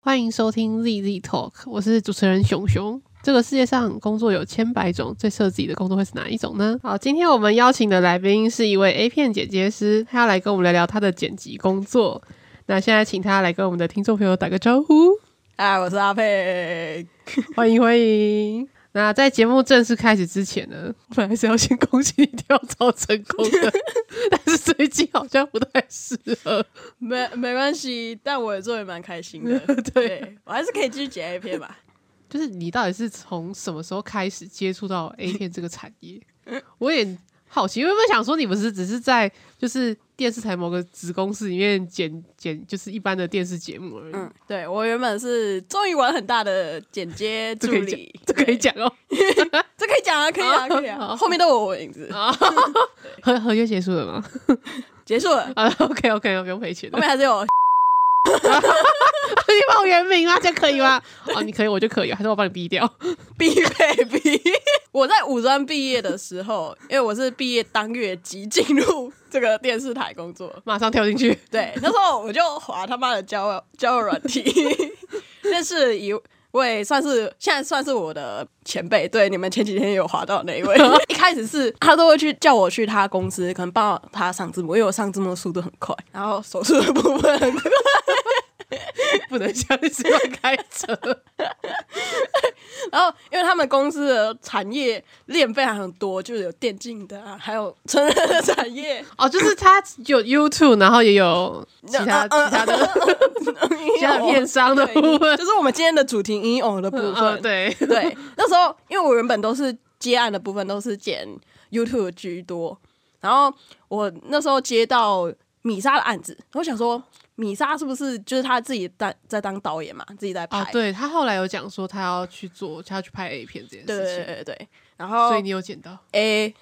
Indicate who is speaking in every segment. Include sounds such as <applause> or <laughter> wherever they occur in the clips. Speaker 1: 欢迎收听 ZZ Talk，我是主持人熊熊。这个世界上工作有千百种，最适合自己的工作会是哪一种呢？好，今天我们邀请的来宾是一位 A 片剪接师，他要来跟我们聊聊他的剪辑工作。那现在请他来跟我们的听众朋友打个招呼。
Speaker 2: 嗨，啊我是阿佩。
Speaker 1: 欢迎欢迎。那在节目正式开始之前呢，我本来是要先恭喜你跳槽成功的，但是最近好像不太适合。。
Speaker 2: 没没关系，但我也做也蛮开心的
Speaker 1: 对
Speaker 2: <laughs> 对，我还是可以继续剪 A 片吧。
Speaker 1: 就是你到底是从什么时候开始接触到 A 片这个产业？ <laughs> 我也好奇，因为我想说你不是只是在就是电视台某个子公司里面剪剪，就是一般的电视节目而已。
Speaker 2: 嗯，对我原本是终于玩很大的剪接
Speaker 1: 这
Speaker 2: 助
Speaker 1: 可以讲
Speaker 2: 理，，
Speaker 1: 这可以
Speaker 2: 对，
Speaker 1: 讲哦。
Speaker 2: 这可以讲啊，可以啊，可以
Speaker 1: 好
Speaker 2: 啊。后面都有我名字，
Speaker 1: 啊合合约结束了吗？
Speaker 2: 结束了。
Speaker 1: 啊，OK OK，不用赔钱
Speaker 2: 后
Speaker 1: 了。
Speaker 2: 面还是 <laughs> 有，
Speaker 1: 你报原名啊，这样可以吗？哦，你可以，我就可以，还是我帮你逼掉？
Speaker 2: 必备必。我在五专毕业的时候，因为我是毕业当月即进入这个电视台工作，
Speaker 1: 马上跳进去。 <laughs>
Speaker 2: 对，那时候我就滑他妈的交友交友软
Speaker 1: <laughs>
Speaker 2: 体，认识了一位算是现在算是我的前辈，对，你们前几天有滑到那
Speaker 1: <laughs>
Speaker 2: 一位。一开始是他都会去叫我去他公司，可能帮他上字幕，因为我上字幕的速度很快，然后手术的
Speaker 1: <laughs>
Speaker 2: 部分很快，
Speaker 1: 不能像你喜欢开车，
Speaker 2: 然后因为他们公司的产业链非常多，就是有电竞的、啊，还有成人的产业，
Speaker 1: <laughs> 哦，就是他有 YouTube，然后也有其他其
Speaker 2: 嗯
Speaker 1: 他的其他
Speaker 2: <laughs>
Speaker 1: 的
Speaker 2: 影
Speaker 1: 片商的部分
Speaker 2: 对，就是我们今天的主题音偶的部
Speaker 1: 嗯
Speaker 2: 分，
Speaker 1: 嗯，对，
Speaker 2: 对，那时候因为我原本都是接案的部分都是剪 YouTube 居多，然后我那时候接到米莎的案子，我想说米莎是不是就是她自己在在当导演嘛，自己在拍，
Speaker 1: 哦，对他后来有讲说他要去做，他要去拍 A 片这件
Speaker 2: 对
Speaker 1: 事
Speaker 2: 对
Speaker 1: 情，
Speaker 2: 对对对，然后
Speaker 1: 所以你有捡到，
Speaker 2: 诶。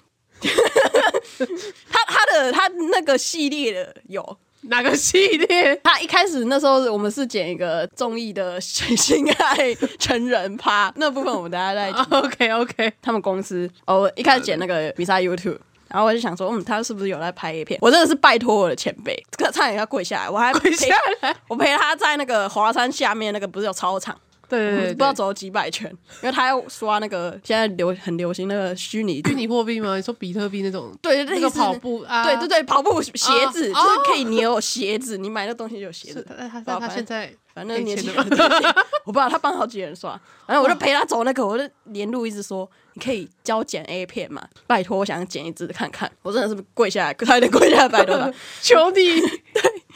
Speaker 2: 他他的他那个系列的有，
Speaker 1: 哪个系列？
Speaker 2: <laughs> 他一开始那时候我们是剪一个综艺的 <laughs> 性爱成人趴那部分，我们大家再
Speaker 1: OK OK，
Speaker 2: 他们公司哦，我一开始剪那个比赛 YouTube。然后我就想说，嗯，他是不是有在拍 A 片？我真的是拜托我的前辈，这个差点要跪下来，我还
Speaker 1: <laughs> 跪
Speaker 2: 陪
Speaker 1: 下来，
Speaker 2: 我陪他在那个华山下面那个不是有操场，
Speaker 1: 对对
Speaker 2: 我
Speaker 1: 对，
Speaker 2: 不知道走了几百圈，因为他要刷那个现在流很流行那个虚拟，
Speaker 1: 虚拟货币吗？你说比特币那种，
Speaker 2: <laughs> 对
Speaker 1: 那
Speaker 2: 类
Speaker 1: 个
Speaker 2: 似
Speaker 1: 跑步啊，
Speaker 2: 对对对，跑步鞋子、
Speaker 1: 啊
Speaker 2: 就是可以，你有鞋子，你买那东西就有鞋
Speaker 1: 是
Speaker 2: 子，
Speaker 1: 他他他他现在
Speaker 2: 反正
Speaker 1: 没
Speaker 2: 年轻
Speaker 1: 钱
Speaker 2: 人的东西， <laughs> 我不知道他帮好几个人刷，然后我就陪他走那个，我就连路一直说，你可以教我剪 A 片嘛，拜托，我想剪一支看看，我真的是跪下来，差点跪下来拜
Speaker 1: <laughs>
Speaker 2: 托他。
Speaker 1: 求
Speaker 2: <laughs>
Speaker 1: 你，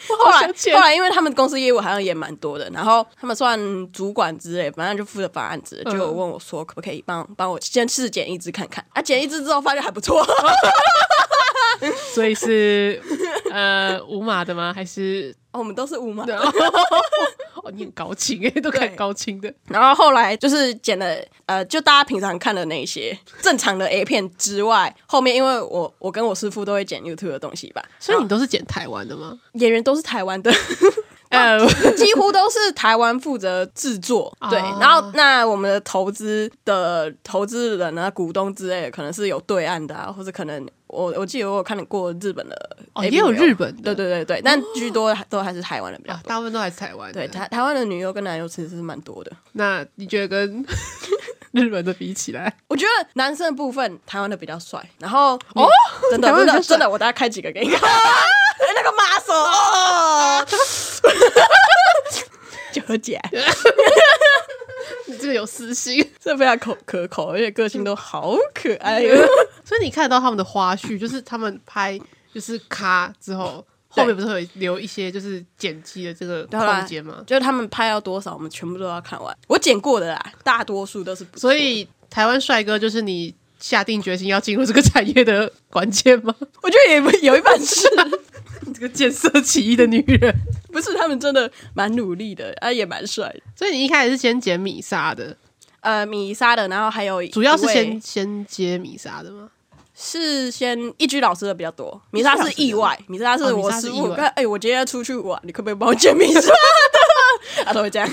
Speaker 1: 我
Speaker 2: 后
Speaker 1: 好
Speaker 2: 来
Speaker 1: 想捡
Speaker 2: 后，来因为他们公司业务好像也蛮多的，然后他们算主管之类，反正就负责发案子，就
Speaker 1: 嗯
Speaker 2: 有问我说可不可以帮帮我先试剪一支看看，啊，剪一支之后发现还不错， <laughs>
Speaker 1: 所以是呃无码的吗？还是
Speaker 2: 哦我们都是五毛。
Speaker 1: 哦你很高清哎，都看高清的，
Speaker 2: 然后后来就是剪了，呃，就大家平常看的那些正常的 A 片之外，后面因为我我跟我师傅都会剪 YouTube 的东西吧，
Speaker 1: 所以你都是剪台湾的吗？
Speaker 2: 演员都是台湾的，
Speaker 1: 呃，
Speaker 2: <laughs> 几乎都是台湾负责制作，
Speaker 1: <laughs>
Speaker 2: 对。
Speaker 1: 哦
Speaker 2: 然后那我们的投资的投资人啊、股东之类的，可能是有对岸的啊，或者可能我我记得我有看过日本的 APP
Speaker 1: 哦
Speaker 2: 没，
Speaker 1: 也有日本
Speaker 2: 对
Speaker 1: 的，
Speaker 2: 对对对，但居多都还是台湾的比较
Speaker 1: 啊，<laughs>
Speaker 2: 多。
Speaker 1: 大部分都还是台湾的，
Speaker 2: 对台台湾的女优跟男优其实是蛮多的，
Speaker 1: 那你觉得跟 <laughs> 日本的比起来，
Speaker 2: 我觉得男生的部分台湾的比较帅，然后哦，真的
Speaker 1: 台湾
Speaker 2: 真
Speaker 1: 比较
Speaker 2: 的
Speaker 1: 帅
Speaker 2: 真的，我大家开几个给
Speaker 1: <laughs>
Speaker 2: 你看，哎那个马手哦，
Speaker 1: <laughs>
Speaker 2: 纠结，
Speaker 1: 你这个有私心， <laughs>
Speaker 2: 这非常可可口，而且个性都好可爱哟。
Speaker 1: 嗯
Speaker 2: <laughs>
Speaker 1: 所以你看得到他们的花絮，就是他们拍就是咔之后，
Speaker 2: 对
Speaker 1: 后面不是会留一些就是剪辑的这个
Speaker 2: 对啊啦
Speaker 1: 空间吗？
Speaker 2: 就是他们拍到多少，我们全部都要看完。我剪过的啦，大多数都是不错
Speaker 1: 所以台湾帅哥就是你下定决心要进入这个产业的关键吗？ <laughs>
Speaker 2: 我觉得也不有一半是，
Speaker 1: 你这个见色起意的女人，
Speaker 2: 不是他们真的蛮努力的，啊，也蛮帅的。
Speaker 1: 所以你一开始是先剪米莎的，
Speaker 2: 呃，米莎的，然后还有一
Speaker 1: 主要是
Speaker 2: 位
Speaker 1: 先先接米莎的吗？
Speaker 2: 是先一居老师的比较多，米莎是意外，米莎是
Speaker 1: 哦米
Speaker 2: 我
Speaker 1: 莎是
Speaker 2: 师
Speaker 1: 意
Speaker 2: 傅。
Speaker 1: 外
Speaker 2: 看哎、我今天要出去玩，你可不可以帮我剪米莎的？ <laughs> 他都会这样。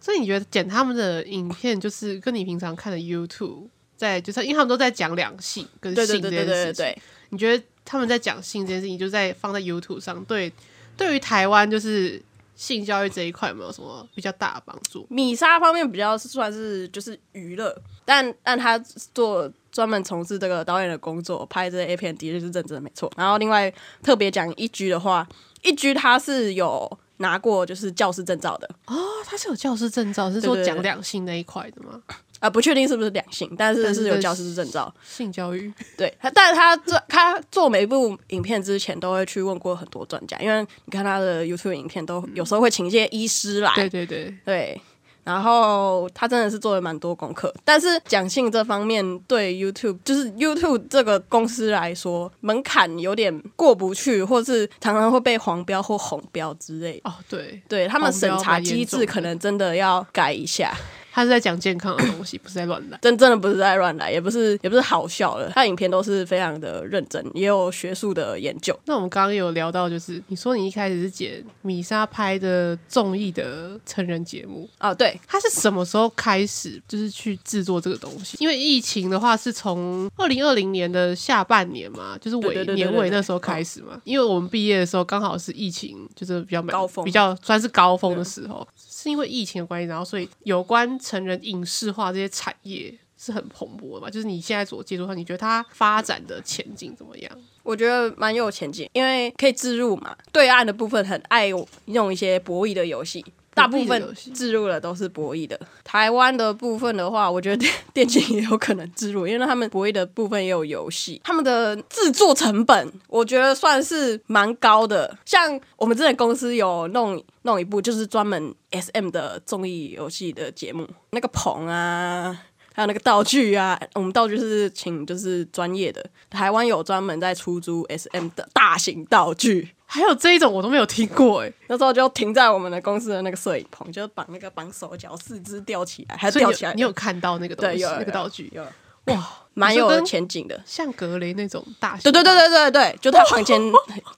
Speaker 1: 所以你觉得剪他们的影片，就是跟你平常看的 YouTube 在，就是因为他们都在讲两性跟
Speaker 2: 对对
Speaker 1: 性这
Speaker 2: 对
Speaker 1: 件
Speaker 2: 对
Speaker 1: 事情，<laughs>
Speaker 2: 对对，
Speaker 1: 你觉得他们在讲性这件事情，就在放在 YouTube 上，对，对于台湾就是性教育这一块有没有什么比较大的帮助？
Speaker 2: 米莎方面比较算是就是娱乐，但但他做专门从事这个导演的工作，拍这些 A 片的确是认真的，没错。然后另外特别讲一居的话，一居他是有拿过就是教师证照的，
Speaker 1: 哦，他是有教师证照，是
Speaker 2: 对
Speaker 1: 说
Speaker 2: 对
Speaker 1: 讲
Speaker 2: 对
Speaker 1: 两性那一块的
Speaker 2: <coughs>
Speaker 1: 吗？
Speaker 2: 啊、不确定是不是两性，
Speaker 1: 但
Speaker 2: 但
Speaker 1: 是
Speaker 2: 是是有
Speaker 1: 这
Speaker 2: 教师证照。
Speaker 1: 性教育，
Speaker 2: 对，他但他做他做每一部影片之前都会去问过很多专家，因为你看他的 YouTube 影片都有时候会请一些医师来，
Speaker 1: 嗯对对对，
Speaker 2: 对，然后他真的是做了蛮多功课，但是讲性这方面对 YouTube 就是 YouTube 这个公司来说门槛有点过不去，或是常常会被黄标或红标之类的。
Speaker 1: 哦对，
Speaker 2: 对他们
Speaker 1: 红标
Speaker 2: 审查
Speaker 1: 蛮严
Speaker 2: 机
Speaker 1: 重
Speaker 2: 制
Speaker 1: 的
Speaker 2: 可能真的要改一下，
Speaker 1: 他是在讲健康的东西，不是在乱来。 <coughs>
Speaker 2: 真真的不是在乱来，也不是也不是好笑了。他影片都是非常的认真，也有学术的研究。
Speaker 1: 那我们刚刚有聊到，就是你说你一开始是剪米莎拍的综艺的成人节目，
Speaker 2: 哦，对，
Speaker 1: 他是什么时候开始就是去制作这个东西？因为疫情的话是从二零二零年的下半年嘛，就是
Speaker 2: 对
Speaker 1: 尾
Speaker 2: 对对对
Speaker 1: 年尾
Speaker 2: 对对
Speaker 1: 那时候开始嘛。因为我们毕业的时候刚好是疫情，就是比较蛮
Speaker 2: 高峰
Speaker 1: 比较算是高峰的时候，是因为疫情的关系，然后所以有关成人影视化这些产业。是很蓬勃的嘛？就是你现在所接触到，你觉得它发展的前景怎么样？
Speaker 2: 我觉得蛮有前景，因为可以置入嘛。对岸的部分很爱用一些博弈的游戏，大部
Speaker 1: 博弈的游
Speaker 2: 分
Speaker 1: 戏
Speaker 2: 置入了都是博弈的。台湾的部分的话，我觉得电 <laughs> 电竞也有可能置入，因为他们博弈的部分也有游戏，他们的制作成本我觉得算是蛮高的。像我们之前公司有弄弄一部就是专门 SM 的综艺游戏的节目，那个棚啊，还有那个道具啊，我们道具是请就是专业的，台湾有专门在出租 SM 的大型道具。
Speaker 1: 还有这一种我都没有听过哎、
Speaker 2: 那时候就停在我们的公司的那个摄影棚，就把那个绑手脚、四肢吊起来，还
Speaker 1: 所以
Speaker 2: 吊
Speaker 1: 你
Speaker 2: 起来
Speaker 1: 有你有看到那个东
Speaker 2: 对
Speaker 1: 西，
Speaker 2: 有有
Speaker 1: 那个道具，
Speaker 2: 有
Speaker 1: 哇，
Speaker 2: 蛮
Speaker 1: 你说
Speaker 2: 有
Speaker 1: 跟
Speaker 2: 前景的。
Speaker 1: 像格雷那种大型
Speaker 2: 对对对对对对，就他房间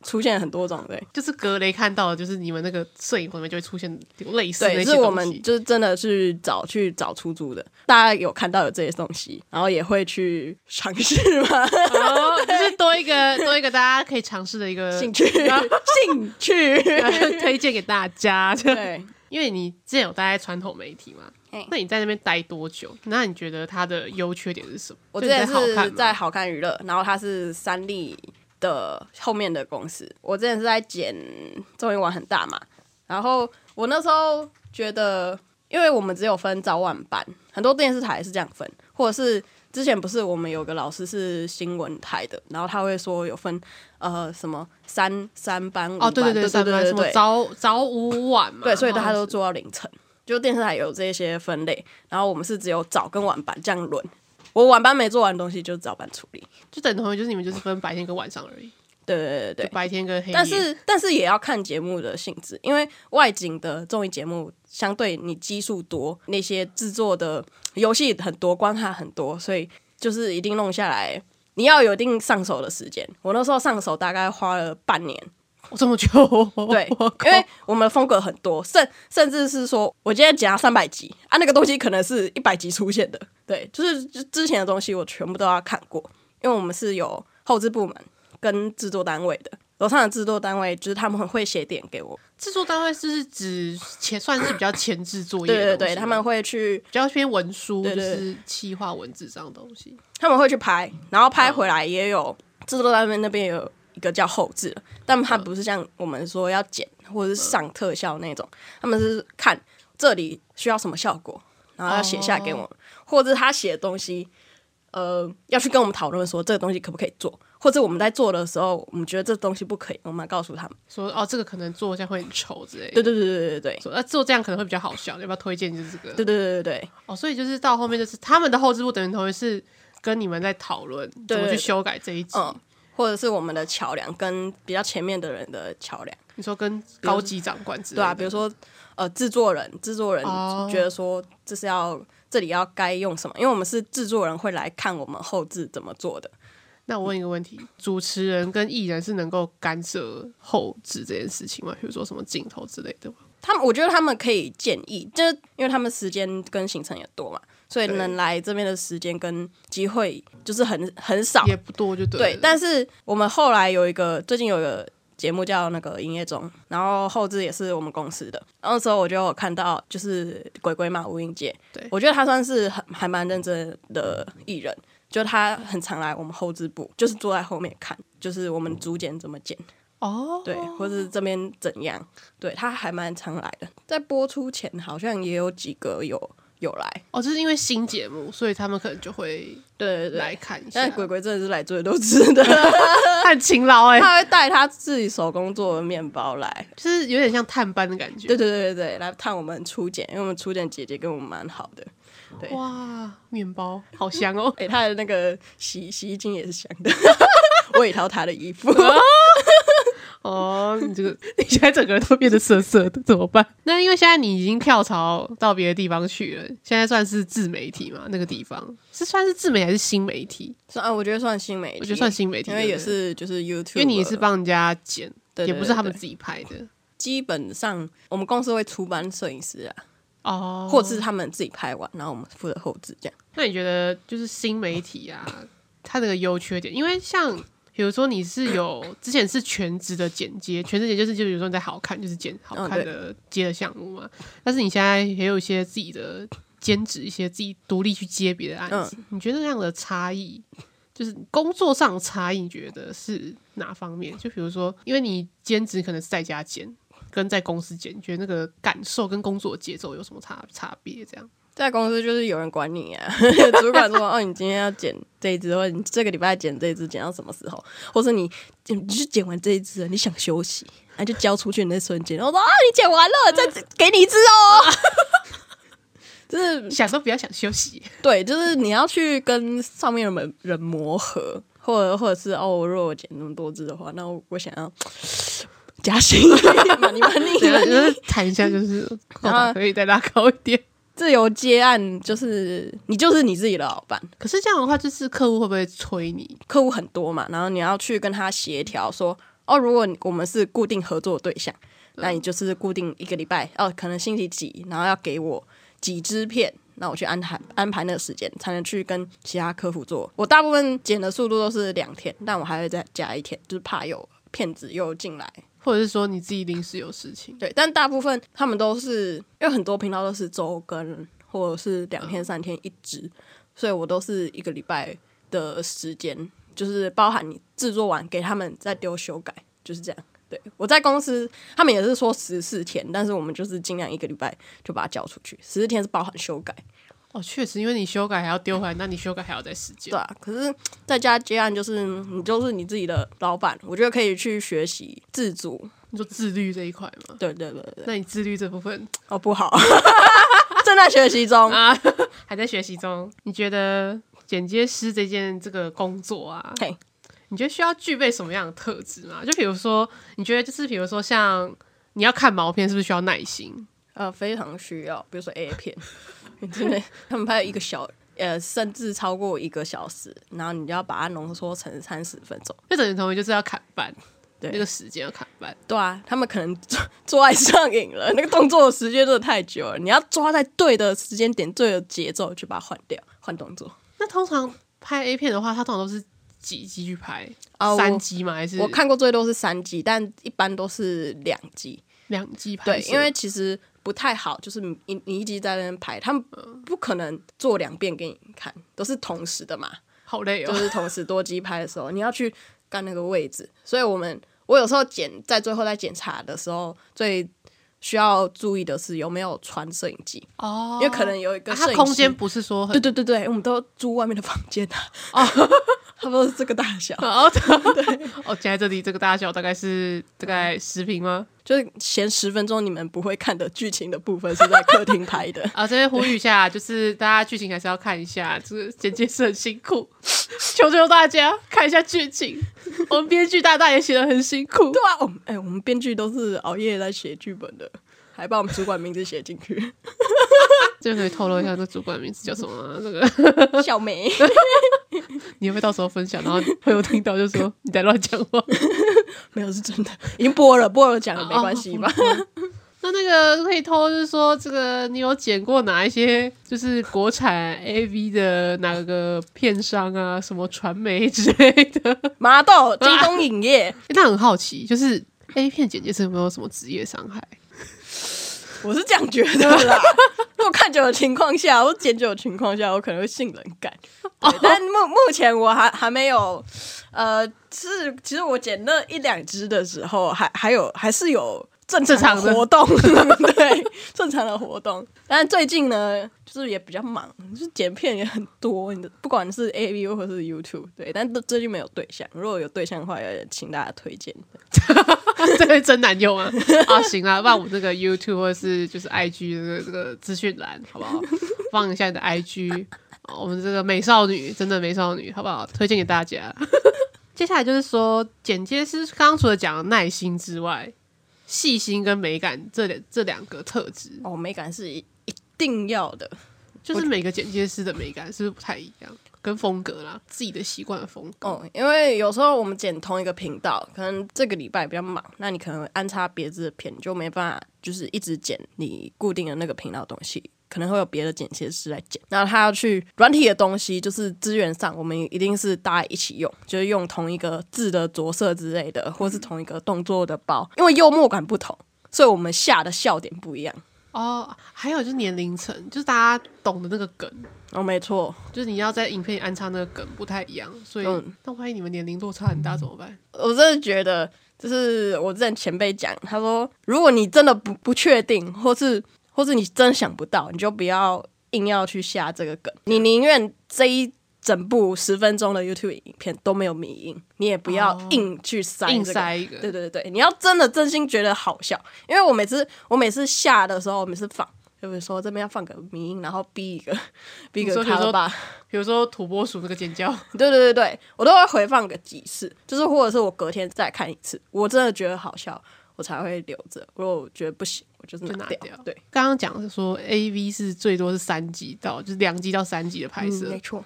Speaker 2: 出现很
Speaker 1: <laughs>
Speaker 2: 多种，对
Speaker 1: 就是格雷看到的，就是你们那个摄影棚里面就会出现类似那
Speaker 2: 对，
Speaker 1: 些
Speaker 2: 是我
Speaker 1: 东
Speaker 2: 们
Speaker 1: 西。
Speaker 2: 就是真的去找去找出租的，大家有看到有这些东西，然后也会去尝试嘛，
Speaker 1: 哦，就是多一个多一个大家可以尝试的一个
Speaker 2: <laughs> 兴趣 <laughs> 兴
Speaker 1: <laughs>
Speaker 2: 趣，
Speaker 1: 推荐给大家。这样
Speaker 2: 对。
Speaker 1: 因为你之前有待在传统媒体嘛
Speaker 2: 嘿，
Speaker 1: 那你在那边待多久？那你觉得它的优缺点是什么？
Speaker 2: 我
Speaker 1: 就
Speaker 2: 之
Speaker 1: 你
Speaker 2: 前
Speaker 1: 好看
Speaker 2: 是
Speaker 1: 吗
Speaker 2: 在好看娱乐，然后它是三立的后面的公司。我之前是在剪综艺玩很大嘛，然后我那时候觉得，因为我们只有分早晚班，很多电视台是这样分，或者是之前不是我们有个老师是新闻台的，然后他会说有分呃什么三三班五班，
Speaker 1: 哦，对对
Speaker 2: 对
Speaker 1: 三班
Speaker 2: 对
Speaker 1: 什么
Speaker 2: 对，
Speaker 1: 早早午晚嘛，
Speaker 2: 对，所以大家
Speaker 1: 好像
Speaker 2: 都
Speaker 1: 是
Speaker 2: 做到凌晨。就电视台有这些分类，然后我们是只有早跟晚班这样轮。我晚班没做完的东西就早班处理，
Speaker 1: 就等同于就是你们就是分白天跟晚上而已，
Speaker 2: 对对对对
Speaker 1: 就
Speaker 2: 对，
Speaker 1: 白天跟黑夜。
Speaker 2: 但是但是也要看节目的性质，因为外景的综艺节目相对你基数多，那些制作的游戏很多，关卡很多，所以就是一定弄下来，你要有一定上手的时间。我那时候上手大概花了半年，
Speaker 1: 我哦这么久， <laughs>
Speaker 2: 对，因为我们的风格很多，甚甚至是说我今天剪到三百集啊，那个东西可能是一百集出现的，对，就是就之前的东西我全部都要看过，因为我们是有后置部门跟制作单位的，楼上的制作单位就是他们会写点给我，
Speaker 1: 制作单位是指前算是比较前置作业
Speaker 2: 对
Speaker 1: 的东西吗，
Speaker 2: 对对，他们会去
Speaker 1: 比较偏文书，
Speaker 2: 对对
Speaker 1: 就是企划文字上的东西。
Speaker 2: 他们会去拍，然后拍回来也有制作单位那边也有一个叫后置的，但他不是像我们说要剪或者是上特效那种，他们是看这里需要什么效果，然后要写下给我们，或者是他写的东西，呃，要去跟我们讨论说这个东西可不可以做，或者我们在做的时候，我们觉得这东西不可以，我们要告诉他们。
Speaker 1: 说哦，这个可能做这样会很丑之类的。
Speaker 2: 对对对对对对
Speaker 1: 说那、做这样可能会比较好笑，要不要推荐就是这个？
Speaker 2: 对对对对对
Speaker 1: 哦，所以就是到后面就是他们的后置部等于同于是跟你们在讨论怎么
Speaker 2: 对
Speaker 1: 去
Speaker 2: 对
Speaker 1: 修改这一集。
Speaker 2: 嗯，或者是我们的桥梁跟比较前面的人的桥梁。
Speaker 1: 你说跟高级长官之类的，
Speaker 2: 对啊，比如说呃，制作人，制作人
Speaker 1: 哦
Speaker 2: 觉得说这是要这里要该用什么，因为我们是制作人会来看我们后置怎么做的。
Speaker 1: 那我问一个问题：主持人跟艺人是能够干涉后置这件事情吗？比如说什么镜头之类的吗？
Speaker 2: 他们我觉得他们可以建议，就是因为他们时间跟行程也多嘛，所以
Speaker 1: 对
Speaker 2: 能来这边的时间跟机会就是很很少。
Speaker 1: 也不多，就对了。
Speaker 2: 对，但是我们后来有一个最近有一个节目叫那个《营业中》，然后后置也是我们公司的。然后那时候我就有看到，就是鬼鬼马吴英杰，
Speaker 1: 对
Speaker 2: 我觉得他算是很还蛮认真的艺人，就他很常来我们后置部，就是坐在后面看，就是我们竹剪怎么剪，
Speaker 1: 哦，
Speaker 2: 对，或是这边怎样，对他还蛮常来的。在播出前好像也有几个有有来，
Speaker 1: 哦，就是因为新节目，所以他们可能就会
Speaker 2: 对对
Speaker 1: 来
Speaker 2: 对。
Speaker 1: 看一下
Speaker 2: 但。鬼鬼真的是啊来最多次的，
Speaker 1: 他很勤劳哎、
Speaker 2: 他会带他自己手工做的面包来，
Speaker 1: 就是有点像探班的感觉。
Speaker 2: 对对对对对，来探我们初检，因为我们初检姐姐跟我们蛮好的，对！
Speaker 1: 哇，面包好香哦
Speaker 2: 诶，她的那个洗洗衣精也是香的， <laughs> 我也挑她的衣
Speaker 1: <laughs>
Speaker 2: 服，
Speaker 1: <laughs> 哦，你这个 <laughs> 你现在整个人都变得涩涩的，怎么办？那因为现在你已经跳槽到别的地方去了，现在算是自媒体嘛？那个地方是算是自媒还是新媒体？
Speaker 2: 算、啊、我觉得算新媒体，
Speaker 1: 我觉得算新媒体，
Speaker 2: 因为也
Speaker 1: 对不对，
Speaker 2: 是就是 YouTube，
Speaker 1: 因为你是帮人家剪，
Speaker 2: 对对
Speaker 1: 也不是他们
Speaker 2: 对
Speaker 1: 自己拍的
Speaker 2: 基本上我们公司会出班摄影师啊，
Speaker 1: 哦。
Speaker 2: 或者是他们自己拍完，然后我们负责后置这样。
Speaker 1: 那你觉得就是新媒体啊，它这个优缺点？因为像比如说你是有之前是全职的剪接，全职剪接就是就比如说你在好看就是剪好看
Speaker 2: 嗯对
Speaker 1: 的接的项目嘛，但是你现在也有一些自己的兼职，一些自己独立去接别的案子，
Speaker 2: 嗯
Speaker 1: 你觉得那样的差异？就是工作上的差异，你觉得是哪方面？就比如说，因为你兼职可能是在家剪，跟在公司剪，你觉得那个感受跟工作节奏有什么差差别？这样？
Speaker 2: 在公司就是有人管你啊， <laughs> 主管说：“哦，你今天要剪这一只，或者你这个礼拜剪这一只，剪到什么时候？或是你你就剪完这一只了，你想休息，那就交出去那瞬间。”我说：“啊，你剪完了，再
Speaker 1: 嗯
Speaker 2: 给你一只哦。” <laughs> 就是
Speaker 1: 想都不要想休息。
Speaker 2: 对，就是你要去跟上面的人人磨合，或者或者是哦，如果我剪那么多只的话，那我我想要加薪， <laughs> 你们
Speaker 1: <laughs>
Speaker 2: 你
Speaker 1: 对，啊就
Speaker 2: 们
Speaker 1: 是谈一下，就是 <laughs> 扣打可以再拉高一点。
Speaker 2: 自由接案，就是你就是你自己的老板。
Speaker 1: <laughs> 可是这样的话，就是客户会不会催你？
Speaker 2: 客户很多嘛，然后你要去跟他协调说，哦，如果我们是固定合作对象，那你就是固定一个礼拜，哦，可能星期几，然后要给我几支片，那我去安排安排那个时间，才能去跟其他客户做。我大部分剪的速度都是两天，但我还会再加一天，就是怕有骗子又进来。
Speaker 1: 或者是说你自己临时有事情？
Speaker 2: 对，但大部分他们都是，因为很多频道都是周更或者是两天三天一支，所以我都是一个礼拜的时间，就是包含你制作完给他们再丢修改，就是这样。对，我在公司他们也是说十四天，但是我们就是尽量一个礼拜就把它交出去，十四天是包含修改，
Speaker 1: 哦，确实，因为你修改还要丢回来，那你修改还要再时间
Speaker 2: 对。啊。可是在家接案就是你就是你自己的老板，我觉得可以去学习自主。
Speaker 1: 你说自律这一块嘛？
Speaker 2: 对对对对，
Speaker 1: 那你自律这部分 <laughs>
Speaker 2: 哦不好， <laughs> 正在学习中。
Speaker 1: 啊，还在学习中。你觉得剪接师这件这个工作啊，
Speaker 2: 嘿，
Speaker 1: 你觉得需要具备什么样的特质吗？就比如说，你觉得就是比如说像你要看毛片，是不是需要耐心？
Speaker 2: 呃，非常需要，比如说 A 片， <laughs> 真的，他们拍一个小，呃，甚至超过一个小时，然后你就要把它浓缩成三十分钟。
Speaker 1: 就等于同学就是要砍半，
Speaker 2: 对
Speaker 1: 那个时间要砍半。
Speaker 2: 对啊，他们可能做做爱上瘾了，那个动作的时间真的太久了，你要抓在对的时间点、对的节奏去把它换掉，换动作。
Speaker 1: 那通常拍 A 片的话，它通常都是几集去拍？
Speaker 2: 啊我
Speaker 1: 三集吗？还是
Speaker 2: 我看过最多是三集，但一般都是两集。
Speaker 1: 两集拍
Speaker 2: 对，
Speaker 1: 摄？
Speaker 2: 因为其实不太好，就是你你一集在那边拍，他们不可能做两遍给你看，都是同时的嘛。
Speaker 1: 好累
Speaker 2: 就
Speaker 1: 哦。
Speaker 2: 是同时多机拍的时候，你要去干那个位置。所以我们我有时候检在最后在检查的时候，最需要注意的是有没有穿摄影机，
Speaker 1: 哦
Speaker 2: 因为可能有一
Speaker 1: 啊
Speaker 2: 个摄
Speaker 1: 它
Speaker 2: 影
Speaker 1: 空间
Speaker 2: 师。
Speaker 1: 不是说
Speaker 2: 对 <laughs>
Speaker 1: 很
Speaker 2: 对对对，我们都住外面的房间
Speaker 1: <laughs>
Speaker 2: 啊，差不多是这个大小，
Speaker 1: 哦， <laughs> 对哦，现在这里这个大小大概是大概十平吗？。
Speaker 2: 就是前十分钟你们不会看的剧情的部分是在客厅拍的 <laughs>
Speaker 1: 啊，这边呼吁一下，就是大家剧情还是要看一下，这个剪接是很辛苦，求求大家看一下剧情。我们编剧大大也写的很辛苦，
Speaker 2: 对啊，我们哎、我们编剧都是熬夜在写剧本的，还把我们主管名字写进
Speaker 1: <laughs>
Speaker 2: 去，
Speaker 1: 这个可以透露一下这主管名字叫什么吗？这个。 <laughs>
Speaker 2: 小梅。
Speaker 1: 你会不会到时候分享，然后朋友听到就说你在乱讲话？
Speaker 2: <laughs> 没有是真的，已经播了，播了讲了
Speaker 1: 哦
Speaker 2: 没关系吧？
Speaker 1: 那那个可以偷，就是说这个你有剪过哪一些，就是国产 AV 的哪个片商啊，什么传媒之类的？
Speaker 2: <laughs> 麻豆、金东影业，
Speaker 1: 那很好奇，就是 A 片剪接师有没有什么职业伤害？
Speaker 2: 我是这样觉得啦。 <laughs> 如果看久的情况下，我剪久的情况下，我可能会性冷感。对但目目前我还还没有，呃，是其实我剪那一两只的时候，还还有还是有正
Speaker 1: 正常的
Speaker 2: 的活 <laughs> 动，对，正常的活动。但最近呢，就是也比较忙，就是剪片也很多，你的不管是 A V 或者是 YouTube，对，但最近没有对象。如果有对象的话，也请大家推荐。
Speaker 1: 这是真男友吗？啊，行啦，放我们这个 YouTube 或者是就是 IG 这个这个资讯栏，好不好？放一下你的 IG，哦我们这个美少女，真的美少女，好不好？推荐给大家。接下来就是说，剪接师刚刚除了讲耐心之外，细心跟美感这两这两个特质，
Speaker 2: 哦，美感是一一定要的。
Speaker 1: 就是每个剪接师的美感是不是不太一样？跟风格啦，自己的习惯的风格。
Speaker 2: 哦，因为有时候我们剪同一个频道，可能这个礼拜比较忙，那你可能安插别支的片，你就没办法就是一直剪你固定的那个频道的东西，可能会有别的剪切师来剪。那他要去软体的东西，就是资源上，我们一定是大家一起用，就是用同一个字的着色之类的，或是同一个动作的包，因为幽默感不同，所以我们下的笑点不一样。
Speaker 1: 哦，还有就是年龄层，就是大家懂的那个梗，
Speaker 2: 哦，没错，
Speaker 1: 就是你要在影片里安插那个梗不太一样，所以、
Speaker 2: 嗯
Speaker 1: 那万一你们年龄落差很大怎么办？
Speaker 2: 我真的觉得，就是我之前前辈讲，他说，如果你真的不不确定，或是或是你真的想不到，你就不要硬要去下这个梗，你宁愿这一整部十分钟的 YouTube 影片都没有迷音，你也不要
Speaker 1: 哦
Speaker 2: 硬去塞、这个
Speaker 1: 硬塞一个，
Speaker 2: 对对对，你要真的真心觉得好笑，因为我每次我每次下的时候，我每次放，就比如说这边要放个迷音，然后逼一个逼一
Speaker 1: 你说
Speaker 2: 个
Speaker 1: 比如
Speaker 2: 卡
Speaker 1: 说
Speaker 2: 巴。
Speaker 1: 比如说土拨鼠那个尖叫， <laughs>
Speaker 2: 对对对对，我都会回放个几次，就是或者是我隔天再看一次，我真的觉得好笑，我才会留着。如果我觉得不行，我就是
Speaker 1: 就
Speaker 2: 拿
Speaker 1: 拿
Speaker 2: 掉。
Speaker 1: 掉
Speaker 2: 对，
Speaker 1: 刚刚讲是说 A V 是最多是三级到，就是两级到三级的拍摄，
Speaker 2: 嗯没错。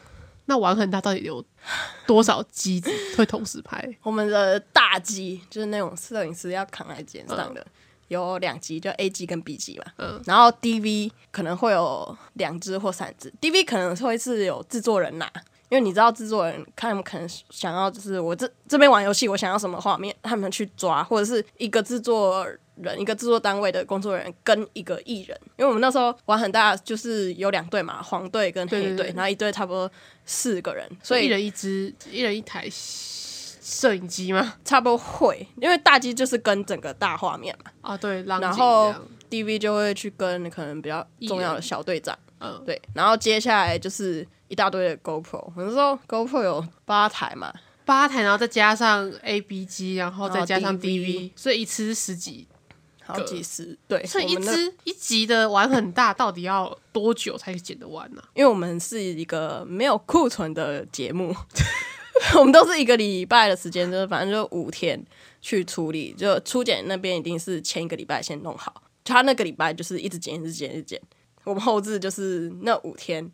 Speaker 1: 那玩很它到底有多少机子会同时拍？
Speaker 2: 我们的大机就是那种摄影师要扛在肩上的，有两级，就 A 级跟 B 级嘛。
Speaker 1: 嗯
Speaker 2: 然后 DV 可能会有两只或三只，DV 可能会是有制作人拿，因为你知道制作人看他们可能想要就是我这这边玩游戏，我想要什么画面，他们去抓，或者是一个制作人、一个制作单位的工作人员跟一个艺人，因为我们那时候玩很大，就是有两队嘛，黄队跟黑
Speaker 1: 对
Speaker 2: 队，
Speaker 1: 对对
Speaker 2: 然后一队差不多四个人，所
Speaker 1: 一
Speaker 2: 以
Speaker 1: 人一支，一人一台摄影机吗？
Speaker 2: 差不多会，因为大机就是跟整个大画面嘛
Speaker 1: 啊，对，浪
Speaker 2: 然
Speaker 1: 景这
Speaker 2: 后
Speaker 1: 样，
Speaker 2: ，DV 就会去跟可能比较重要
Speaker 1: 艺
Speaker 2: 的
Speaker 1: 人
Speaker 2: 小队长。
Speaker 1: 嗯，
Speaker 2: 对，然后接下来就是一大堆的 GoPro。我那时候 GoPro 有八台嘛，
Speaker 1: 八台，然后再加上 A B 机，然后再加上
Speaker 2: 然后
Speaker 1: DV，所以一次是十几
Speaker 2: 好几十。对，
Speaker 1: 所以
Speaker 2: 我
Speaker 1: 一
Speaker 2: 们那，
Speaker 1: 只一集的玩很大，到底要多久才剪得完呢、啊
Speaker 2: 因为我们是一个没有库存的节目， <laughs> 我们都是一个礼拜的时间，就是反正就五天去处理。就初剪那边一定是前一个礼拜先弄好，他那个礼拜就是一直剪，一直剪，一直剪。我们后置就是那五天。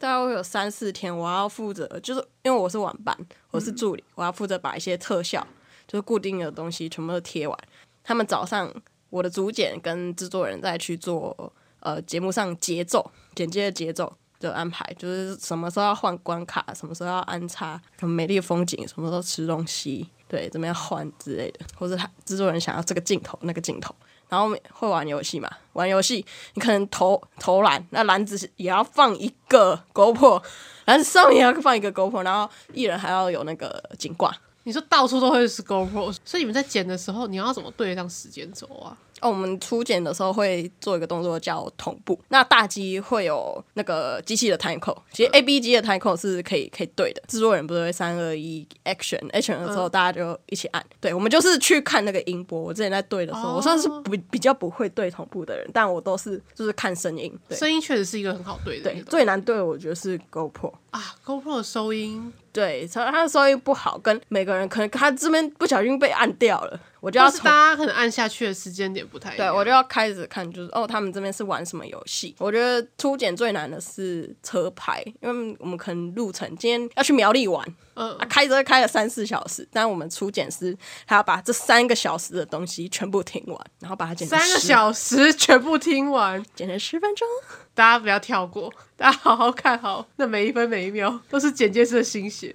Speaker 2: 大概会有三四天，我要负责，就是因为我是晚班，我是助理，我要负责把一些特效，就是固定的东西全部都贴完。他们早上我的主剪跟制作人再去做呃节目上节奏剪接的节奏的安排，就是什么时候要换关卡，什么时候要安插什么美丽的风景，什么时候吃东西，对，怎么样换之类的，或者他制作人想要这个镜头那个镜头。然后我们会玩游戏嘛？玩游戏，你可能投投篮，那篮子也要放一个 GoPro，篮子上面也要放一个 GoPro，然后艺人还要有那个警挂，
Speaker 1: 你说到处都会是 GoPro，所以你们在剪的时候，你要怎么对得上时间轴啊？
Speaker 2: 哦，我们初检的时候会做一个动作叫同步。那大机会有那个机器的 time code，
Speaker 1: 嗯
Speaker 2: 其实 A B 机的 time code 是可以可以对的。制作人不是会三二一 action，action 的时
Speaker 1: 嗯
Speaker 2: 候大家就一起按。对，我们就是去看那个音波。我之前在对的时候，
Speaker 1: 哦
Speaker 2: 我算是比比较不会对同步的人，但我都是就是看声音。对
Speaker 1: 声音确实是一个很好对的一个
Speaker 2: 对，
Speaker 1: 东西
Speaker 2: 最难对我觉得是 GoPro。
Speaker 1: 啊，GoPro 的收音
Speaker 2: 对，所以他的收音不好，跟每个人可能他这边不小心被按掉了，我就要
Speaker 1: 要是
Speaker 2: 从
Speaker 1: 大家可能按下去的时间点不太一
Speaker 2: 对，
Speaker 1: 样。
Speaker 2: 我就要开始看，就是哦，他们这边是玩什么游戏？我觉得初检最难的是车牌，因为我们可能路程今天要去苗栗玩，
Speaker 1: 嗯
Speaker 2: 啊，开车开了三四小时，但我们初检是还要把这三个小时的东西全部听完，然后把它剪成
Speaker 1: 三个
Speaker 2: 10
Speaker 1: 小时全部听完，
Speaker 2: 剪成十分钟。
Speaker 1: <laughs> 大家不要跳过，大家好好看好那每一分每一秒，都是剪接师的心血。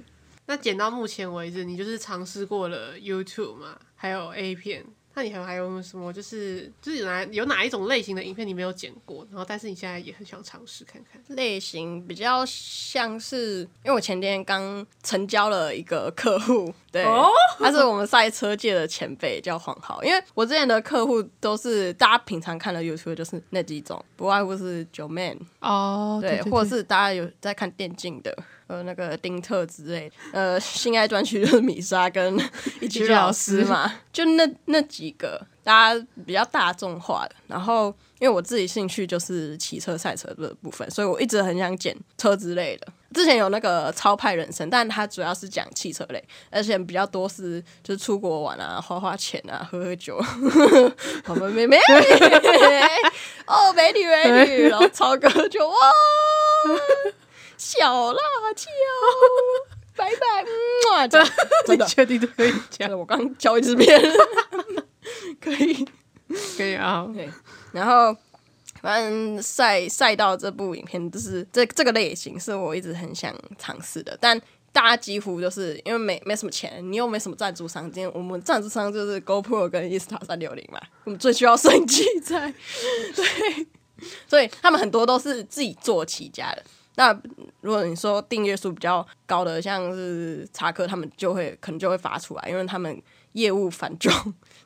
Speaker 1: 那剪到目前为止，你就是尝试过了 YouTube 嘛，还有 A 片，那你还有还有什么就是就是有哪有哪一种类型的影片你没有剪过，然后但是你现在也很想尝试看看？
Speaker 2: 类型比较像是，因为我前天刚成交了一个客户，对，
Speaker 1: 哦
Speaker 2: 他是我们赛车界的前辈，叫黄豪。因为我之前的客户都是大家平常看的 YouTube 就是那几种，不外乎是九 man，
Speaker 1: 哦
Speaker 2: 对，或者是大家有在看电竞的，呃，那个丁特之类的，呃，性爱专区就是米莎 <laughs> 跟一居老师嘛，就那那几个大家比较大众化的。然后，因为我自己兴趣就是骑车、赛车的部分，所以我一直很想剪车之类的。之前有那个超派人生，但它主要是讲汽车类，而且比较多是就是出国玩啊、花花钱啊、喝喝酒。 <laughs> 我们妹妹，哦，美女美女，然后超哥就哇，小辣椒，拜拜，嗯啊，这样
Speaker 1: <laughs>
Speaker 2: 真的
Speaker 1: 你确定都可以
Speaker 2: 真
Speaker 1: <laughs> 讲？
Speaker 2: 的，我刚教一支片， <laughs> 可以。
Speaker 1: 可以啊，
Speaker 2: 对，然后反正赛赛道这部影片，就是这这个类型是我一直很想尝试的，但。大家几乎就是因为没没什么钱，你又没什么赞助商，今天我们赞助商就是 GoPro 跟 Insta 三六零嘛，我们最需要生计在，对，所以他们很多都是自己做起家的。那如果你说订阅数比较高的，像是查克他们就会可能就会发出来，因为他们业务繁重，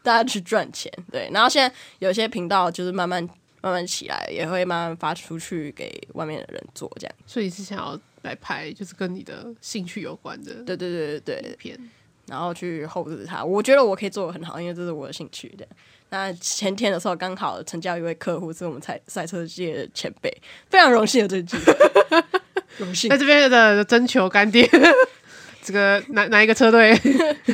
Speaker 2: 大家去赚钱，对。然后现在有些频道就是慢慢慢慢起来，也会慢慢发出去给外面的人做这样。
Speaker 1: 所以你是想要来拍就是跟你的兴趣有关的
Speaker 2: 对对对对对
Speaker 1: 影，片？
Speaker 2: 然后去后置它。我觉得我可以做的很好，因为这是我的兴趣的。那前天的时候刚好成交一位客户，是我们赛赛车界的前辈，非常荣幸有这句，荣幸
Speaker 1: 在。这边的征求干爹， <laughs> 这个哪哪一个车队？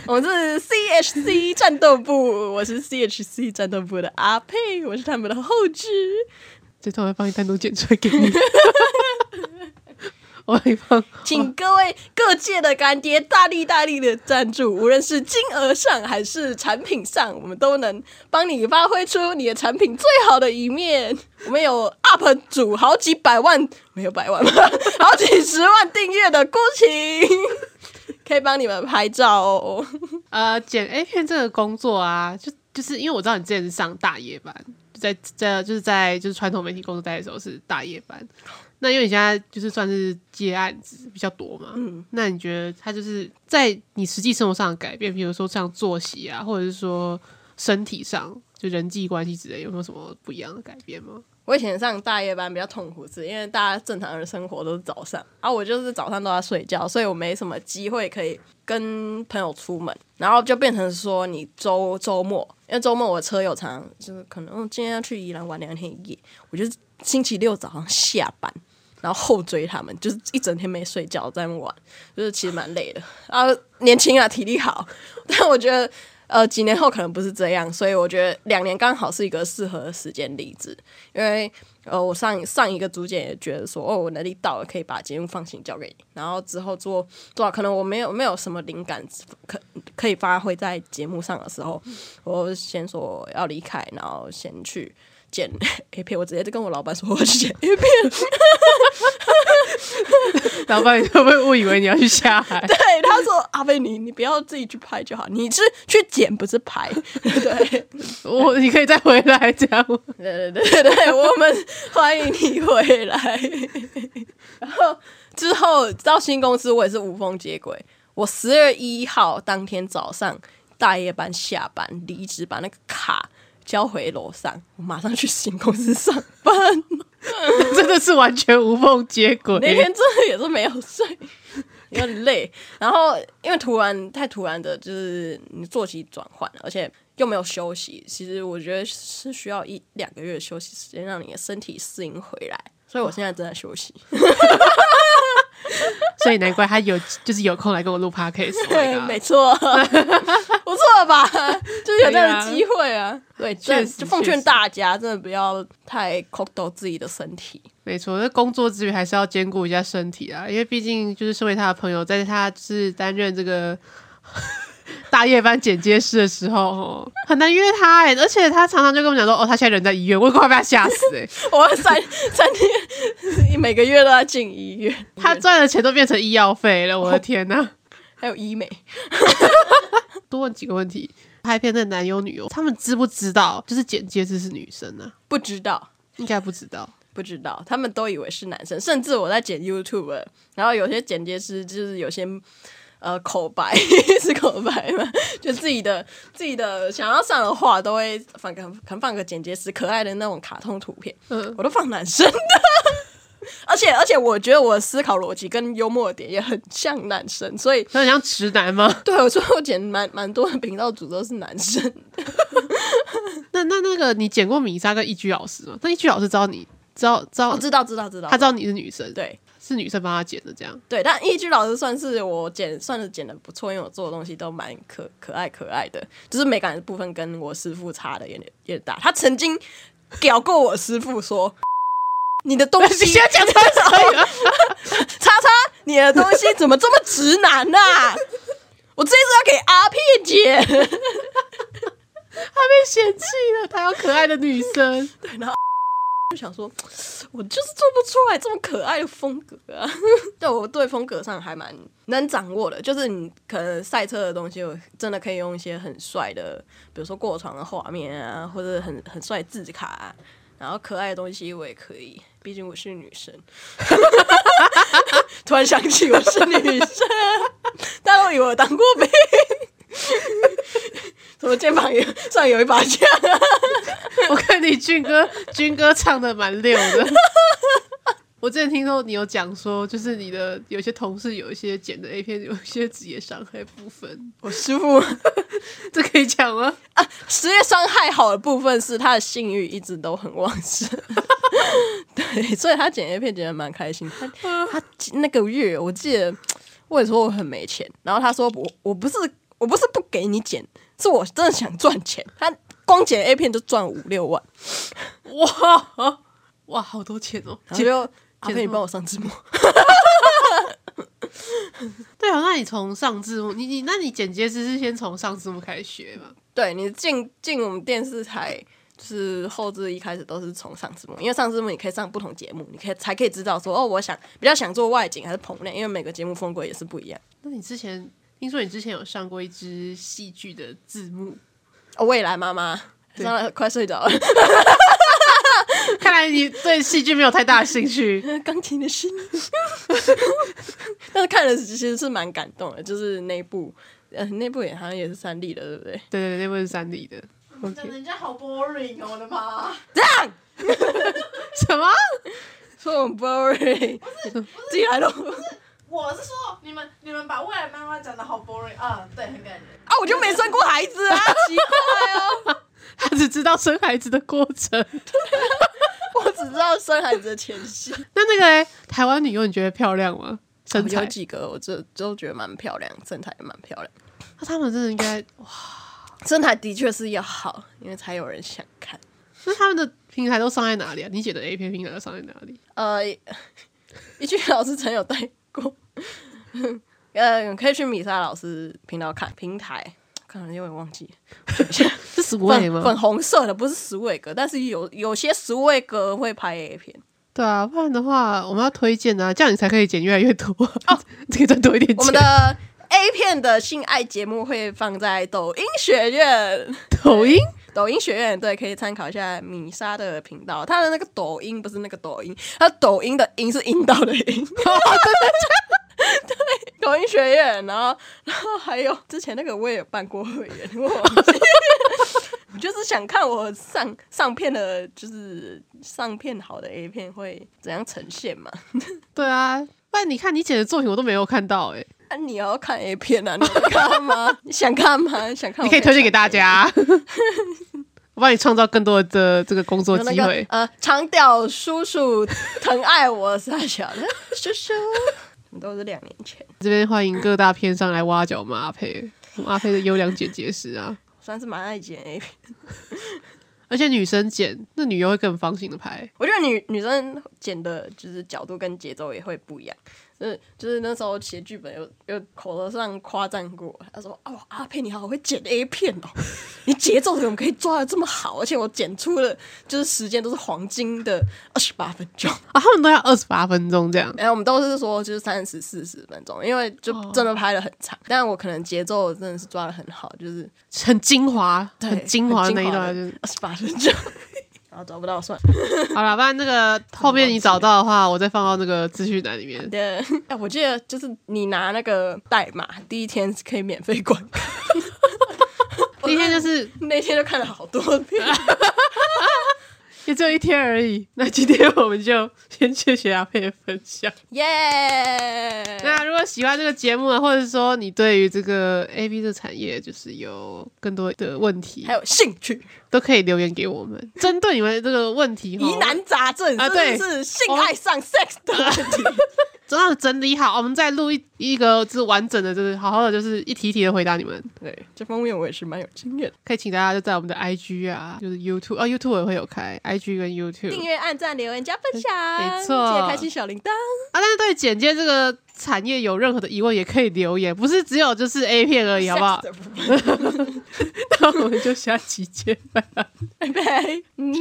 Speaker 2: 我们是 CHC 战斗部，我是 CHC 战斗部的阿佩，我是他们的后置。
Speaker 1: 这段我会帮你单独剪出来给 <laughs> 你。我会放， <laughs>
Speaker 2: 请各位各界的干爹大力大力的赞助，无论是金额上还是产品上，我们都能帮你发挥出你的产品最好的一面。 <laughs> 我们有 UP 主好几百万，没有百万吧， <laughs> 好几十万订阅的郭琴， <laughs> 可以帮你们拍照哦。
Speaker 1: 呃，剪 A 片这个工作啊，就就是因为我知道你之前是上大夜班，就在在就是在就是传统媒体工作待的时候是大夜班。那因为你现在就是算是接案子比较多嘛，嗯，那你觉得它就是在你实际生活上的改变，比如说像作息啊，或者是说身体上就人际关系之类，有没有什么不一样的改变吗？
Speaker 2: 我以前上大夜班比较痛苦，是因为大家正常人生活都是早上，啊，我就是早上都要睡觉，所以我没什么机会可以跟朋友出门，然后就变成说你周周末，因为周末我车友常常就是可能、嗯、今天要去宜兰玩两天一夜，我就是星期六早上下班。然后后追他们，就是一整天没睡觉在那边玩，就是其实蛮累的。啊，年轻啊，体力好， <laughs> 但我觉得呃几年后可能不是这样，所以我觉得两年刚好是一个适合的时间离职。因为呃，我上上一个组检也觉得说，哦，我能力到了，可以把节目放心交给你。然后之后做做好，可能我没有没有什么灵感可可以发挥在节目上的时候，我先说要离开，然后先去 <laughs> 剪 A 片。我直接就跟我老板说，我要去剪 A 片。
Speaker 1: 老板，你会不会误以为你要去下海？
Speaker 2: 对，他说阿贝，你你不要自己去拍就好，你是去剪不是拍。对。
Speaker 1: <laughs> 我你可以再回来这样吗。
Speaker 2: 对对对对，我们欢迎你回来。然后之后到新公司，我也是无缝接轨。我十月一号当天早上大夜班下班离职，把那个卡交回楼上，我马上去新公司上班。
Speaker 1: <laughs> 真的是完全无缝接轨。
Speaker 2: <laughs> 那天真的也是没有睡， <laughs> 有点累。然后因为突然太突然的，就是你作息转换，而且又没有休息，其实我觉得是需要一两个月的休息时间，让你的身体适应回来。所以我现在正在休息。
Speaker 1: <laughs> 所以难怪他有就是有空来跟我录 podcast、
Speaker 2: 对，
Speaker 1: oh
Speaker 2: <laughs> 没
Speaker 1: my god。
Speaker 2: 错，不错吧？就是有这样的机会啊。 <laughs> 对，
Speaker 1: 确
Speaker 2: 但
Speaker 1: 实
Speaker 2: 就奉
Speaker 1: 确
Speaker 2: 劝
Speaker 1: 实
Speaker 2: 大家，真的不要太 c 到自己的身体。
Speaker 1: 没错，那工作之余还是要兼顾一下身体啊，因为毕竟就是身为他的朋友，在他就是担任这个 <laughs> 大夜班剪接师的时候，哦很难约他哎、而且他常常就跟我们讲说，哦，他现在人在医院，我快被他吓死
Speaker 2: <laughs>
Speaker 1: 哎、
Speaker 2: 我三三天，每个月都要进医院。 <laughs>
Speaker 1: 他赚的钱都变成医药费了，我的天呐、
Speaker 2: 还有医美，
Speaker 1: 多问几个问题：拍片的男优女优，他们知不知道就是剪接师是女生呢、
Speaker 2: 不知道。
Speaker 1: 应该不知道。
Speaker 2: 不知道，他们都以为是男生，甚至我在剪 YouTube，然后有些剪接师就是有些呃口白 <laughs> 是口白嘛，就自己的自己的想要上的话都会放可能放个剪接师可爱的那种卡通图片，
Speaker 1: 嗯，
Speaker 2: 我都放男生的，而且而且我觉得我的思考逻辑跟幽默的点也很像男生，所以
Speaker 1: 那很像直男吗？
Speaker 2: 对我说我剪蛮蛮多的频道主都是男生，
Speaker 1: 那那那个你剪过米莎跟一居老师吗？那一居老师知道你知道知
Speaker 2: 我
Speaker 1: 道
Speaker 2: 哦知道知道知道，
Speaker 1: 他知道你是女生，
Speaker 2: 对。
Speaker 1: 是女生帮他剪的这样。
Speaker 2: 对，但一居老师算是我剪，算是剪的不错，因为我做的东西都蛮可可爱可爱的，就是美感的部分跟我师傅差的有点有点大。他曾经屌过我师傅说：“你的东西，
Speaker 1: <laughs> 你先讲
Speaker 2: <laughs> 叉叉，你的东西怎么这么直男啊？ <laughs> 我这一次要给阿片姐。
Speaker 1: 被嫌弃了，他有可爱的女 <laughs> 生。”
Speaker 2: 就想说，我就是做不出来这么可爱的风格啊！ <laughs> 对我对风格上还蛮能掌握的，就是你可能赛车的东西，我真的可以用一些很帅的，比如说过床的画面啊，或者很很帅的字卡、啊，然后可爱的东西我也可以，毕竟我是女生。 <laughs> 突然想起我是女生，大家都以为我当过兵， <laughs> 怎么肩膀有上有一把枪？
Speaker 1: 我看你军哥，军哥唱的蛮溜的。 <laughs> 我之前听说你有讲说，就是你的有些同事有一些剪的 A 片，有一些职业伤害部分，
Speaker 2: <laughs> 我师傅。
Speaker 1: 这可以讲吗？
Speaker 2: 啊职业伤害好的部分是他的性欲一直都很旺盛， <laughs> 对，所以他剪 A 片剪得蛮开心。他他那个月我记得，我也说我很没钱，然后他说我我不是我不是不给你剪，是我真的想赚钱。他光剪 A 片就赚五六万，
Speaker 1: 哇哇，好多钱哦！
Speaker 2: 然后就阿
Speaker 1: 剪
Speaker 2: 飞
Speaker 1: 什
Speaker 2: 你
Speaker 1: 么
Speaker 2: 帮我上字幕，
Speaker 1: 对啊，那你从上字幕，你你那你剪接师是先从上字幕开始学嘛？
Speaker 2: 对你进进我们电视台。就是后置一开始都是从上字幕，因为上字幕你可以上不同节目，你可以才可以知道说哦，我想比较想做外景还是棚内，因为每个节目风格也是不一样。
Speaker 1: 那你之前听说你之前有上过一支戏剧的字幕， <laughs>
Speaker 2: 哦，未来妈妈，
Speaker 1: 对
Speaker 2: 上来快睡着了。 <laughs>
Speaker 1: 看来你对戏剧没有太大的兴趣。 <laughs>
Speaker 2: 钢琴的心， <laughs> 但是看了其实是蛮感动的，就是那一部，呃，那部也好像也是三 D 的，对不对？
Speaker 1: 对对对，那部是三 D 的。
Speaker 3: 讲人家好 boring 哦，我的妈！
Speaker 1: 什么？
Speaker 2: 说很 boring，自 <laughs> 己来录啊，
Speaker 3: 我是说，你们你们把未来妈妈讲的好 boring 啊，对，很感人。
Speaker 2: 我就没生过孩子啊，奇怪哦，
Speaker 1: 他只知道生孩子的过程。
Speaker 2: <laughs>
Speaker 1: <laughs>
Speaker 2: 我只知道生孩子的前戏。
Speaker 1: 那那个嘞台湾女优，你觉得漂亮吗？身材
Speaker 2: 哦有？几个我就都觉得蛮漂亮，身材也蛮漂亮，
Speaker 1: 那他们真的应该，
Speaker 2: 身材的确是要好，因为才有人想看。
Speaker 1: 那他们的平台都上在哪里啊？你觉得 A 片平台都上在哪里？
Speaker 2: 呃， <laughs> 一句老师曾有带过， <laughs> 呃，可以去米莎老师频道看平台，可能有点忘记，
Speaker 1: 是 s w
Speaker 2: 粉
Speaker 1: a 吗？
Speaker 2: 粉红色的不是十位格，但是有有些十位格会拍 A 片，
Speaker 1: 对啊，不然的话，我们要推荐啊，这样你才可以减越来越多， <laughs> 这个赚多一点钱。
Speaker 2: 哦我们的 A 片的性爱节目会放在抖音学院，
Speaker 1: 抖音
Speaker 2: 抖音学院对，可以参考一下米莎的频道，她的那个抖音不是那个抖音，她抖音的音是引导的音。抖音学院，然后然后还有之前那个我也有办过会员，我忘记我就是想看我上上片的，就是上片好的 A 片会怎样呈现嘛？
Speaker 1: 对啊，不然你看你剪的作品我都没有看到哎、
Speaker 2: 啊，你要看 A 片啊？你要看吗？你想看吗？你想看？
Speaker 1: 你可以推荐给大。
Speaker 2: <laughs>
Speaker 1: 家， <laughs> 我帮你创造更多的这个工作
Speaker 2: 有那
Speaker 1: 机
Speaker 2: 个
Speaker 1: 会。
Speaker 2: 呃，长屌叔叔疼爱我，傻小的 <laughs> 叔叔，都是两年前，
Speaker 1: <laughs> 这边欢迎各大片商来挖角我们阿佩，我们阿佩的优良剪接师啊，
Speaker 2: 算是蛮爱剪 <laughs> A 片。
Speaker 1: 而且女生剪，那女优会更放心的拍。
Speaker 2: 我觉得女女生剪的就是角度跟节奏也会不一样，就是就是那时候写剧本有有口头上夸赞过，他说：“哦，阿佩你好会剪 A 片哦，你节奏怎么可以抓的这么好？而且我剪出了就是时间都是黄金的二十八分钟。”
Speaker 1: 啊，他们都要二十八分钟这样。
Speaker 2: 哎然后我们都是说就是三十四十分钟，因为就真的拍的很长，但我可能节奏真的是抓的很好，就是
Speaker 1: 很精华，
Speaker 2: 对
Speaker 1: 很精华的那一段
Speaker 2: 很
Speaker 1: 就是
Speaker 2: 精二十八分钟，然后找不到算了。
Speaker 1: 好了，不然那个后面你找到的话，我再放到那个资讯栏里面。
Speaker 2: 对， <laughs> 哎，我记得就是你拿那个代码，第一天是可以免费观看，
Speaker 1: 那天就是
Speaker 2: 那天就看了好多遍。
Speaker 1: 也只有一天而已。那今天我们就先谢谢阿佩的分享。
Speaker 2: 耶、
Speaker 1: 啊
Speaker 2: 啊
Speaker 1: 那如果喜欢这个节目，或者说你对于这个 A B 这个产业就是有更多的问题
Speaker 2: 还，有兴趣，
Speaker 1: 都可以留言给我们。针对你们这个问题，
Speaker 2: 疑难杂症，
Speaker 1: 啊
Speaker 2: 甚
Speaker 1: 对
Speaker 2: 至是性爱上 sex <laughs> 的问题。
Speaker 1: 总要整理好，我们再录一一个就是完整的，就是好好的，就是一题一题的回答你们。
Speaker 2: 对，这方面我也是蛮有经验的。
Speaker 1: 可以请大家就在我们的 IG 啊，就是 YouTube 啊、y o u t u b e 也会有开 IG 跟 YouTube
Speaker 2: 订阅、按赞、留言、加分享，
Speaker 1: 没错
Speaker 2: 记得开启小铃铛。
Speaker 1: 啊。但是对简介这个产业有任何的疑问，也可以留言，不是只有就是 A 片而已，好不好
Speaker 2: sex？的部分
Speaker 1: <laughs> 那我们就下期见，拜拜。
Speaker 2: 拜拜，嗯。